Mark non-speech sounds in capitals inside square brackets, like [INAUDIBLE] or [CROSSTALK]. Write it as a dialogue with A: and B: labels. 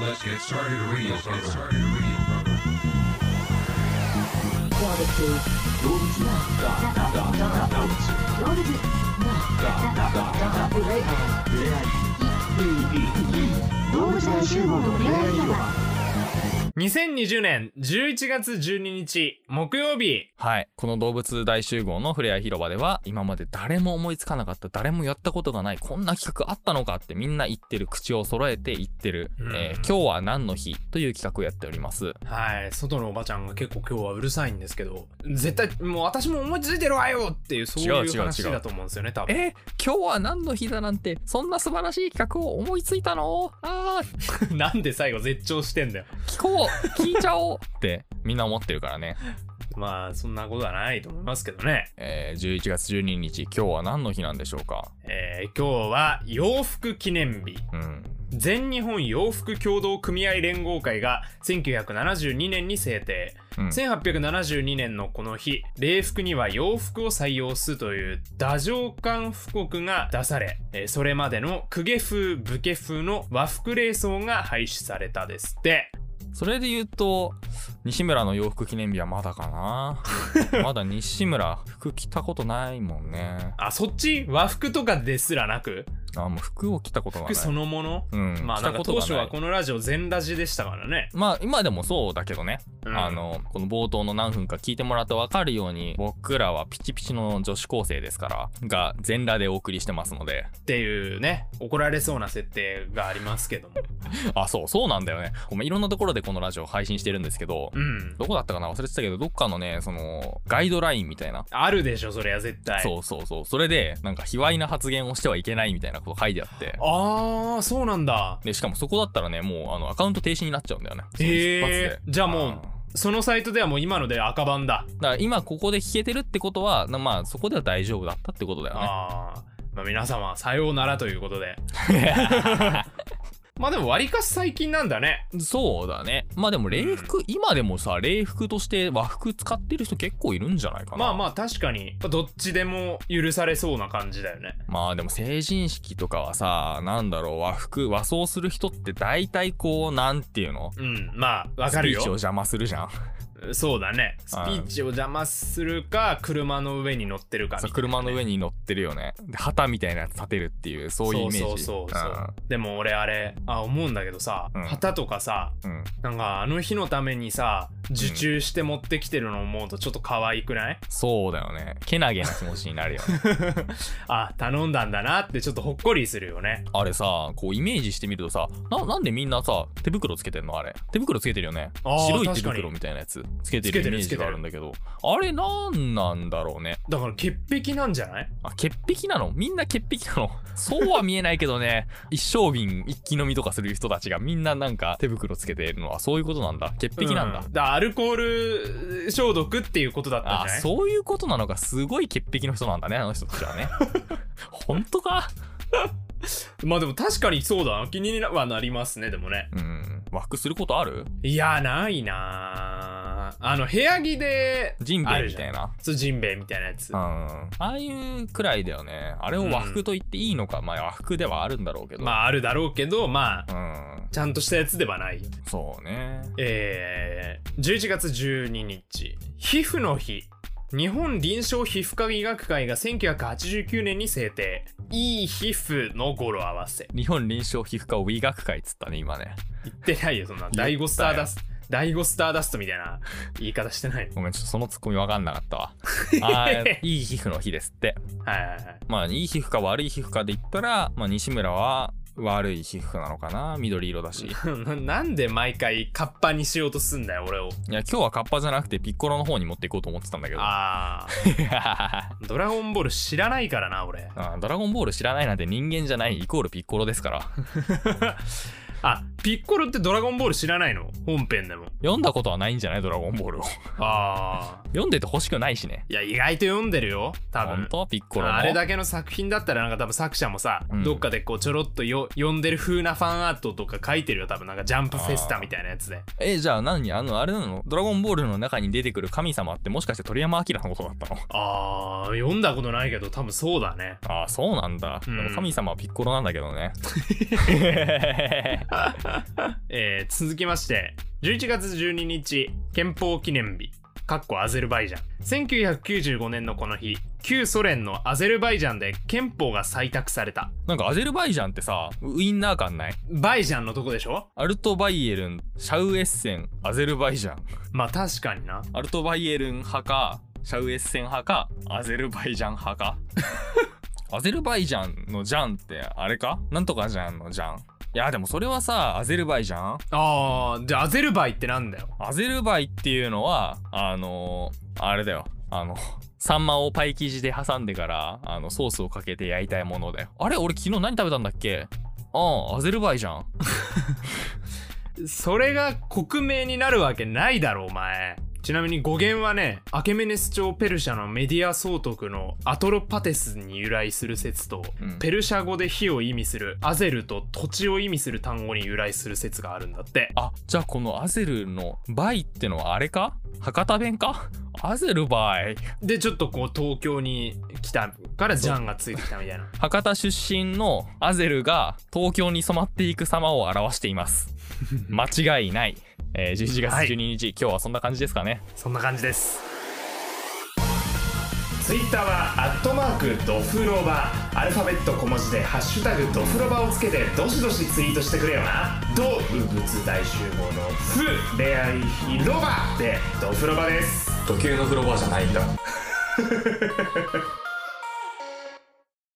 A: Let's get started radio. Let's get started radio.
B: Bye.
C: 2020年11月12日木曜日
D: はい。この動物大集合のふれあい広場では、今まで誰も思いつかなかった、誰もやったことがない、こんな企画あったのかってみんな言ってる、口を揃えて言ってる、
C: うん
D: えー今日は何の日という企画をやっております。
C: はい外のおばちゃんが結構今日はうるさいんですけど絶対もう私も思いついてるわよっていうそう
D: 違
C: い
D: う違う違
C: う
D: う
C: 話だと思うんですよね多分
D: え、今日は何の日だなんて、そんな素晴らしい企画を思いついたのあ
C: [LAUGHS]
D: ー、
C: なんで最後絶頂してんだよ
D: 聞こう、聞いちゃおうってみんな思ってるからね。
C: まあそんなことはないと思いますけどね
D: えー、11月12日、今日は何の日なんでしょうか
C: えー今日は洋服記念日
D: うん。
C: 全日本洋服協同組合連合会が1972年に制定
D: うん
C: 1872年のこの日礼服には洋服を採用するという太政官布告が出されえーそれまでの公家風武家風の和服礼装が廃止されたですって
D: それで言うと西村の洋服記念日はまだかな
C: [LAUGHS]
D: まだ西村服着たことないもんね
C: あそっち和服とかですらなく
D: あもう服を着たことがない
C: 服そのもの
D: うん
C: まあ
D: 着
C: な
D: た
C: んか
D: こと
C: 当
D: が
C: 初
D: ない
C: はこのラジオ全ラジでしたからね、
D: まあ今でもそうだけどね、
C: うん
D: あのこの冒頭の何分か聞いてもらって分かるように僕らはピチピチの女子高生ですからが全裸でお送りしてますので
C: っていうね怒られそうな設定がありますけども
D: あそうそうなんだよねごめんいろんなところでこのラジオ配信してるんですけど、
C: うん
D: どこだったかな忘れてたけどどっかのねそのガイドラインみたいな
C: あるでしょそりゃ絶対
D: そうそうそうそれでなんか卑猥な発言をしてはいけないみたいなこと書いてあって
C: ああそうなんだ
D: でしかもそこだったらねもうあのアカウント停止になっちゃうんだよね
C: へー
D: 一発で
C: じゃあもう
D: うんだか
C: そのサイトではもう今ので赤版だ
D: ら今ここで聞けてるってことはなまあそこでは大丈夫だったってことだよね
C: ああ、まあ、皆様さようならということでまあでもわりかし最近なんだね
D: [LAUGHS] そうだねまあでも礼服、今でもさ礼服として和服使ってる人結構いるんじゃないかな
C: まあまあ確かにどっちでも許されそうな感じだよね
D: まあでも成人式とかはさなんだろう和服和装する人って大体こうなんていうの
C: うんまあわかる
D: スピーチを
C: よ
D: 邪魔するじゃん
C: そうだねスピーチを邪魔するか車の上に乗ってるかみた
D: そう
C: いなね、
D: 車の上に乗ってるよねで旗みたいなやつ立てるっていうそういうイメージ
C: そうそうそうそうでも俺あれあ思うんだけどさ、
D: うん
C: 旗とかさ
D: うんうん
C: なんかあの日のためにさ受注して持ってきてるの思うとちょっと可愛くない、 [LAUGHS]
D: そうだよねけなげな気持ちになるよね
C: あ頼んだんだなってちょっとほっこりするよね
D: あれさこうイメージしてみるとさななんでみんなさ手袋つけてんのあれ手袋つけてるよね
C: あー
D: 白い手
C: 確か
D: 袋
C: に
D: みたいなやつつけて
C: つけ
D: る
C: て
D: イメ
C: る
D: ージがあるんだけどあれなんなんだろうね
C: だから潔癖なんじゃない
D: あ潔癖なのみんな潔癖なの [LAUGHS] そうは見えないけどね一升瓶一気飲みとかする人たちがみんななんか手袋つけてるのはそういうことなんだ潔癖なんだ、
C: うからアルコール消毒っていうことだったん
D: あ
C: じゃない
D: そういうことなのかすごい潔癖の人なんだねあの人たち
C: [LAUGHS]
D: はね本当か
C: まあでも確かにそうだな気にはなりますねでもね
D: うん和服することある
C: いやないなあの部屋着で
D: ジン
C: あ
D: ベエ
C: る
D: み
C: じゃん
D: たいな
C: そうジンベエみたいなやつ
D: うんああいうくらいだよねあれを和服と言っていいのか、まあ和服ではあるんだろうけど
C: まああるだろうけどまあ
D: うん
C: ちゃんとしたやつではないよ
D: そうね
C: えー、11月12日皮膚の日日本臨床皮膚科医学会が1989年に制定いい皮膚の語呂合わせ
D: 日本臨床皮膚科医学会っつったね今ね
C: 言ってないよそんな
D: 言ったよ
C: 第5スターダスト第5スターダストみたいな言い方してないの
D: ごめんちょっとそのツッコミ分かんなかった
C: [LAUGHS]
D: わあーいい皮膚の日ですって
C: はいはいはい
D: まあいい皮膚か悪い皮膚かで言ったら、まあ、西村は悪い皮膚なのかな緑色だし
C: ななんで毎回カッパにしようとすんだよ俺を
D: いや今日はカッパじゃなくてピッコロの方に持っていこうと思ってたんだけ [LAUGHS] ど
C: あードラゴンボール知らないからな俺
D: うんドラゴンボール知らないなんて人間じゃないイコールピッコロですから
C: あピッコロってドラゴンボール知らないの本編でも
D: 読んだことはないんじゃないドラゴンボールを
C: ああ
D: [LAUGHS] 読んでて欲しくないしね
C: いや意外と読んでるよ多分
D: 本当ピッコロの
C: あれだけの作品だったらなんか多分作者もさ、
D: うん
C: どっかでこうちょろっとよ読んでる風なファンアートとか書いてるよ多分なんかジャンプフェスタみたいなやつで
D: えじゃあ何あのあれなのドラゴンボールの中に出てくる神様ってもしかして鳥山明のことだったの
C: あー読んだことないけど多分そうだね
D: ああそうなんだ、
C: うん
D: でも神様はピッコロなんだけど
C: [LAUGHS]
D: ね [LAUGHS]
C: えー続きまして11月12日憲法記念日かっこアゼルバイジャン1995年のこの日旧ソ連のアゼルバイジャンで憲法が採択された
D: なんかアゼルバイジャンってさウインナー感ない
C: バイジャンのとこでしょ
D: アルトバイエルンシャウエッセンアゼルバイジャン
C: まあ確かにな
D: アルトバイエルン派かシャウエッセン派かアゼルバイジャン派かアゼルバイジャンのジャンってあれかなんとかジャンのジャンいやでもそれはさアゼルバイジャン
C: あーじゃあアゼルバイってなんだよ
D: アゼルバイっていうのはあのあれだよあのサンマをパイ生地で挟んでからあのソースをかけて焼いたいものだよあれ俺昨日何食べたんだっけああアゼルバイジャン
C: それが国名になるわけないだろお前ちなみに語源はねアケメネス朝ペルシャのメディア総督のアトロパテスに由来する説と、
D: うん
C: ペルシャ語で火を意味するアゼルと土地を意味する単語に由来する説があるんだって
D: あじゃあこのアゼルのバイってのはあれか博多弁かアゼルバイ
C: でちょっとこう東京に来たからジャンがついてきたみたいな
D: 博多出身のアゼルが東京に染まっていく様を表しています間違いない、えー11月12日、今日はそんな感じですかね
C: そんな感じですツイッターはアットマークドフロバアルファベット小文字で「ハッシュタグドフロバ」をつけてどしどしツイートしてくれよな動物大集合の「フ」恋愛広場でドフロバです
D: 時計の風呂場じゃないんだ